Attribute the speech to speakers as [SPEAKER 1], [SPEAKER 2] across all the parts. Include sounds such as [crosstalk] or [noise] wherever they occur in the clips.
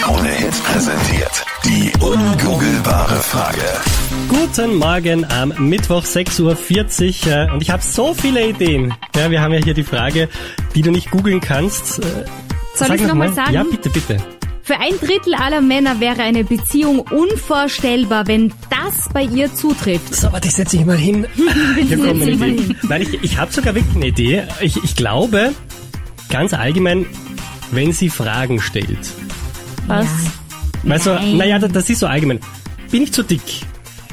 [SPEAKER 1] Krone Hits präsentiert. Die ungoogelbare Frage.
[SPEAKER 2] Guten Morgen am Mittwoch 6.40 Uhr äh, und ich habe so viele Ideen. Ja, wir haben ja hier die Frage, die du nicht googeln kannst. Äh,
[SPEAKER 3] Soll
[SPEAKER 2] sag
[SPEAKER 3] ich's
[SPEAKER 2] noch
[SPEAKER 3] nochmal
[SPEAKER 2] mal.
[SPEAKER 3] sagen?
[SPEAKER 2] Ja, bitte, bitte.
[SPEAKER 3] Für ein Drittel aller Männer wäre eine Beziehung unvorstellbar, wenn das bei ihr zutrifft.
[SPEAKER 2] So, warte, ich setze mich mal
[SPEAKER 3] [laughs]
[SPEAKER 2] hin. Hier
[SPEAKER 3] Setz
[SPEAKER 2] kommt eine
[SPEAKER 3] dich mal
[SPEAKER 2] Idee.
[SPEAKER 3] hin.
[SPEAKER 2] Nein, ich, ich habe sogar wirklich eine Idee. Ich, ich glaube, ganz allgemein, wenn sie Fragen stellt.
[SPEAKER 3] Was?
[SPEAKER 2] Weißt du,
[SPEAKER 3] Nein.
[SPEAKER 2] naja, das ist so allgemein. Bin ich zu dick?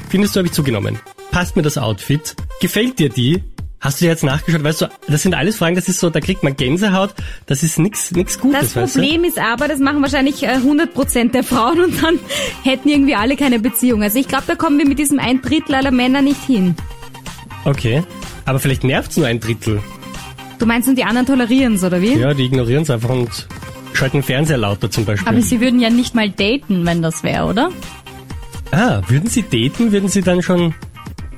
[SPEAKER 2] Findest du, habe ich zugenommen? Passt mir das Outfit? Gefällt dir die? Hast du dir jetzt nachgeschaut? Weißt du, das sind alles Fragen, das ist so, da kriegt man Gänsehaut, das ist nix, nix Gutes,
[SPEAKER 3] Das
[SPEAKER 2] weißt du?
[SPEAKER 3] Problem ist aber, das machen wahrscheinlich äh, 100% der Frauen [laughs] und dann hätten irgendwie alle keine Beziehung. Also ich glaube, da kommen wir mit diesem ein Drittel aller Männer nicht hin.
[SPEAKER 2] Okay. Aber vielleicht nervt's nur ein Drittel.
[SPEAKER 3] Du meinst, und die anderen tolerieren's oder wie?
[SPEAKER 2] Ja, die ignorieren's einfach und schalten den Fernseher lauter zum Beispiel.
[SPEAKER 4] Aber sie würden ja nicht mal daten, wenn das wäre, oder?
[SPEAKER 2] ah, würden sie daten, würden sie dann schon...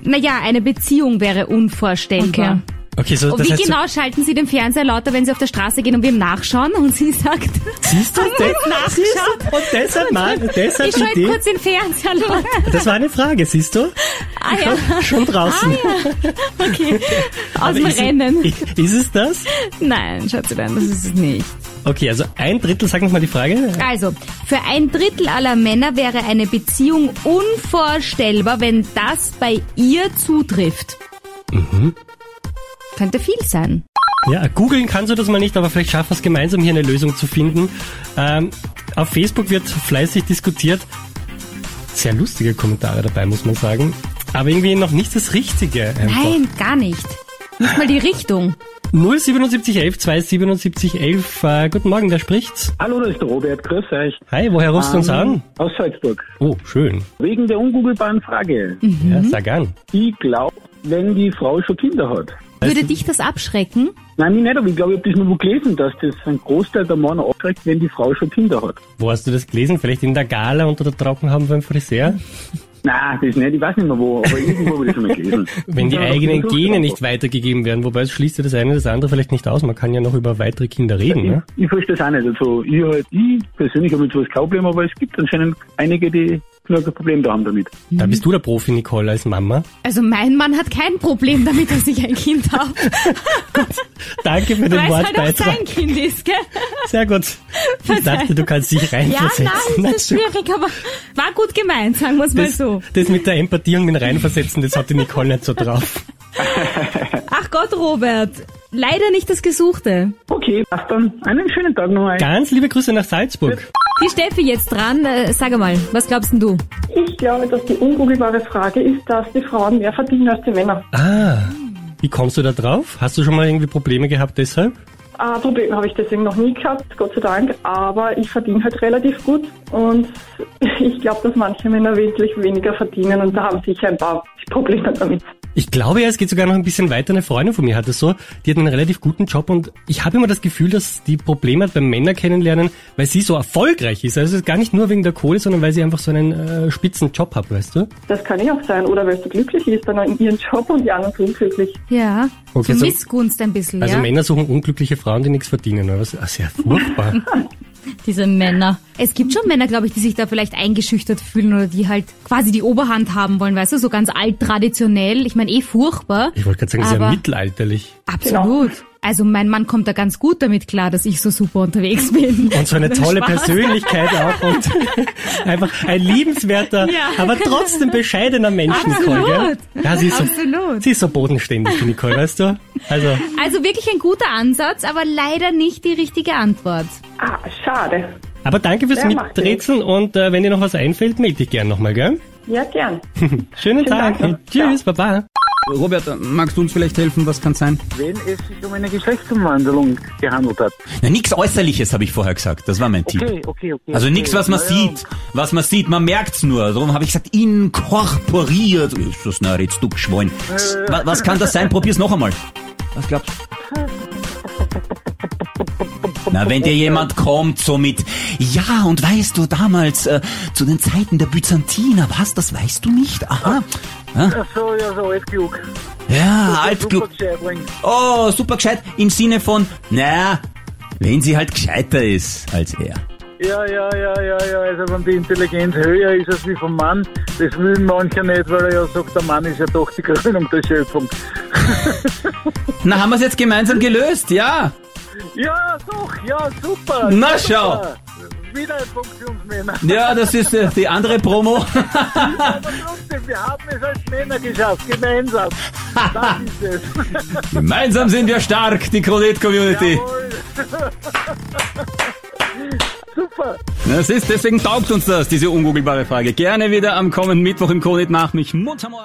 [SPEAKER 3] Naja, eine Beziehung wäre unvorstellbar.
[SPEAKER 4] Okay.
[SPEAKER 2] Okay, so,
[SPEAKER 3] Und
[SPEAKER 2] das
[SPEAKER 3] wie
[SPEAKER 2] heißt,
[SPEAKER 3] genau schalten Sie den Fernseher lauter, wenn Sie auf der Straße gehen und wem nachschauen? Und sie [laughs] sagt,
[SPEAKER 2] so, siehst
[SPEAKER 3] [laughs]
[SPEAKER 2] du, das, siehst du, und deshalb, mal, deshalb
[SPEAKER 3] ich
[SPEAKER 2] die
[SPEAKER 3] schalte
[SPEAKER 2] Idee,
[SPEAKER 3] kurz den Fernseher lauter.
[SPEAKER 2] das war eine Frage, siehst du?
[SPEAKER 3] Ah ja, Ah,
[SPEAKER 2] Schon draußen. [laughs]
[SPEAKER 3] aus dem
[SPEAKER 2] Aber ist es-
[SPEAKER 3] Also Rennen.
[SPEAKER 2] [laughs] Ist es das?
[SPEAKER 3] Nein, Schatzilein, das ist es nicht.
[SPEAKER 2] Okay, also ein Drittel, sag noch mal die Frage.
[SPEAKER 3] Also, für ein Drittel aller Männer wäre eine Beziehung unvorstellbar, wenn das bei ihr zutrifft.
[SPEAKER 2] Mhm.
[SPEAKER 3] Könnte viel sein.
[SPEAKER 2] Ja, googeln kannst du das mal nicht, aber vielleicht schaffen wir es gemeinsam hier eine Lösung zu finden. Ähm, auf Facebook wird fleißig diskutiert. Sehr lustige Kommentare dabei, muss man sagen. Aber irgendwie noch nicht das Richtige. Einfach. Also-
[SPEAKER 3] Nein, gar nicht. Nicht mal die Richtung.
[SPEAKER 2] 07711 27711. Äh, guten Morgen, wer spricht's?
[SPEAKER 5] Hallo, das ist der Robert, grüß euch. Ähm,
[SPEAKER 2] Hi, woher rufst du uns an?
[SPEAKER 5] Aus Salzburg.
[SPEAKER 2] Oh, schön.
[SPEAKER 5] Wegen der ungoogelbaren Frage.
[SPEAKER 2] Ja,
[SPEAKER 3] Mhm.
[SPEAKER 2] sag an.
[SPEAKER 5] Ich glaube, wenn die Frau schon Kinder hat.
[SPEAKER 2] Also-
[SPEAKER 3] Würde dich das abschrecken?
[SPEAKER 5] Nein, ich nicht, aber ich glaube, ich habe das mal wo gelesen, dass das ein Großteil der Männer abschreckt, wenn die Frau schon Kinder hat.
[SPEAKER 2] Wo hast du das gelesen? Vielleicht in der Gala unter der Trockenhaube beim Friseur?
[SPEAKER 5] Nein, das nicht, ich weiß nicht mehr wo, aber irgendwo habe ich das mal gelesen.
[SPEAKER 2] [laughs] Wenn die
[SPEAKER 5] Ja,
[SPEAKER 2] eigenen
[SPEAKER 5] das ist
[SPEAKER 3] genau
[SPEAKER 2] Gene
[SPEAKER 5] so.
[SPEAKER 2] nicht weitergegeben werden, wobei es schließt ja das eine das andere vielleicht nicht aus. Man kann ja noch über weitere Kinder reden, ne?
[SPEAKER 5] Ich, ich verstehe das auch nicht. Also, ich, halt, ich persönlich habe mit sowas kein Problem, aber es gibt anscheinend einige, die nur ein Problem da haben damit.
[SPEAKER 2] Da
[SPEAKER 3] mhm.
[SPEAKER 2] bist du der Profi, Nicole, als Mama.
[SPEAKER 3] Also mein Mann hat kein Problem damit, dass ich ein Kind
[SPEAKER 2] [laughs]
[SPEAKER 3] habe.
[SPEAKER 2] Danke
[SPEAKER 3] [laughs]
[SPEAKER 2] für den
[SPEAKER 3] Weil es halt auch
[SPEAKER 2] Wortbeitrag.
[SPEAKER 3] sein Kind ist, gell?
[SPEAKER 2] Sehr gut. Ich dachte, du kannst dich
[SPEAKER 3] Ja,
[SPEAKER 2] reinversetzen.
[SPEAKER 3] nein, ist das
[SPEAKER 2] Nein,
[SPEAKER 3] schwierig, aber war gut gemeint, sagen wir es mal
[SPEAKER 2] das,
[SPEAKER 3] so.
[SPEAKER 2] das mit der Empathie und mit dem Reinversetzen, das hat die Nicole nicht so
[SPEAKER 3] [laughs]
[SPEAKER 2] drauf.
[SPEAKER 3] Ach Gott, Robert, leider nicht das Gesuchte.
[SPEAKER 5] Okay, passt dann. Einen schönen Tag noch. Ein.
[SPEAKER 2] Ganz liebe Grüße nach Salzburg.
[SPEAKER 3] Die Steffi jetzt dran. Äh, sag mal, was glaubst denn du?
[SPEAKER 6] Ich glaube, dass die ungoogelbare Frage ist, dass die Frauen mehr verdienen als die Männer.
[SPEAKER 2] Ah, wie kommst du da drauf? Hast du schon mal irgendwie Probleme gehabt deshalb?
[SPEAKER 6] Äh, Probleme habe ich deswegen noch nie gehabt, Gott sei Dank, aber ich verdiene halt relativ gut und [laughs] ich glaube, dass manche Männer wesentlich weniger verdienen und da haben sicher ein paar Probleme damit.
[SPEAKER 2] Ich glaube ja, es geht sogar noch ein bisschen weiter. Eine Freundin von mir hat es so, die hat einen relativ guten Job und ich habe immer das Gefühl, dass die Probleme hat beim Männer kennenlernen, weil sie so erfolgreich ist. Also es ist gar nicht nur wegen der Kohle, sondern weil sie einfach so einen äh, spitzen Job hat, weißt du?
[SPEAKER 6] Das kann ja auch sein, oder weil sie glücklich ist dann in ihrem Job und die anderen sind unglücklich.
[SPEAKER 3] Ja,
[SPEAKER 2] Okay,
[SPEAKER 3] so
[SPEAKER 2] so-
[SPEAKER 3] Missgunst ein bisschen,
[SPEAKER 2] Also
[SPEAKER 3] ja.
[SPEAKER 2] Männer suchen unglückliche Frauen, die nichts verdienen. Oder was? Das ist ja
[SPEAKER 3] [laughs]
[SPEAKER 2] furchtbar.
[SPEAKER 4] Diese Männer.
[SPEAKER 3] Es gibt schon Männer, glaube ich, die sich da vielleicht eingeschüchtert fühlen oder die halt quasi die Oberhand haben wollen, weißt du, so ganz alt traditionell. Ich meine, eh furchtbar.
[SPEAKER 2] Ich wollte gerade sagen, sehr
[SPEAKER 3] Aber-
[SPEAKER 2] mittelalterlich.
[SPEAKER 3] Absolut. Also mein Mann kommt da ganz gut damit klar, dass ich so super unterwegs bin.
[SPEAKER 2] Und so
[SPEAKER 3] [laughs]
[SPEAKER 2] eine tolle
[SPEAKER 3] Spaß.
[SPEAKER 2] Persönlichkeit auch und [laughs] einfach ein liebenswerter,
[SPEAKER 3] Ja.
[SPEAKER 2] aber trotzdem bescheidener Mensch, Nicole. Gell?
[SPEAKER 3] Absolut.
[SPEAKER 2] Ja, sie ist so,
[SPEAKER 3] Absolut.
[SPEAKER 2] sie ist so bodenständig, die Nicole, weißt du? Also,
[SPEAKER 3] Also wirklich ein guter Ansatz, aber leider nicht die richtige Antwort.
[SPEAKER 6] Ah, schade.
[SPEAKER 2] Aber danke fürs
[SPEAKER 6] Ja, macht
[SPEAKER 2] Miträtseln und äh, wenn dir noch was einfällt, melde dich gern nochmal, gell?
[SPEAKER 6] Ja, gern.
[SPEAKER 2] Schönen Tag.
[SPEAKER 6] Dank noch.
[SPEAKER 2] Tschüss, Baba.
[SPEAKER 7] Robert, magst du uns vielleicht helfen? Was kann sein?
[SPEAKER 5] Wenn es sich um eine Geschlechtsumwandlung gehandelt hat.
[SPEAKER 8] Na, nichts Äußerliches habe ich vorher gesagt. Das war mein Tipp.
[SPEAKER 5] Okay, okay, okay.
[SPEAKER 8] Also
[SPEAKER 5] okay.
[SPEAKER 8] nichts, was man
[SPEAKER 5] Na ja,
[SPEAKER 8] sieht. Was man sieht, man merkt's nur. Darum habe ich gesagt, inkorporiert. Ist das na, jetzt du geschwollen. Was, was kann das sein? Probier's noch einmal. Was glaubst du? Na, wenn dir jemand kommt, so mit, ja, und weißt du, damals, äh, zu den Zeiten der Byzantiner, was, das weißt du nicht? Aha.
[SPEAKER 5] Ach so, ja, so, ist genug.
[SPEAKER 8] Ja, altklug.
[SPEAKER 5] Supergescheitling.
[SPEAKER 8] Oh, super gescheit. Im Sinne von, na, wenn sie halt gescheiter ist als er.
[SPEAKER 9] Ja, ja, ja, ja, ja. Also wenn die Intelligenz höher ist als wie vom Mann, das will mancher nicht, weil er ja sagt, der Mann ist ja doch die Krönung der Schöpfung.
[SPEAKER 8] Na, haben wir es jetzt gemeinsam gelöst, ja.
[SPEAKER 9] Ja, doch, ja, super.
[SPEAKER 8] Na,
[SPEAKER 9] super. Wieder ein Funktionsmänner.
[SPEAKER 8] Ja, das ist äh, die andere [laughs] Promo.
[SPEAKER 9] [laughs] Aber trotzdem, wir haben es als Männer geschafft, gemeinsam. Das ist es.
[SPEAKER 8] Gemeinsam sind wir stark, die Kronet-Community.
[SPEAKER 9] Jawohl. [laughs] super.
[SPEAKER 8] Das ist, deswegen taugt uns das, diese ungoogelbare Frage. Gerne wieder am kommenden Mittwoch im Kronet nach mich. Muttermord.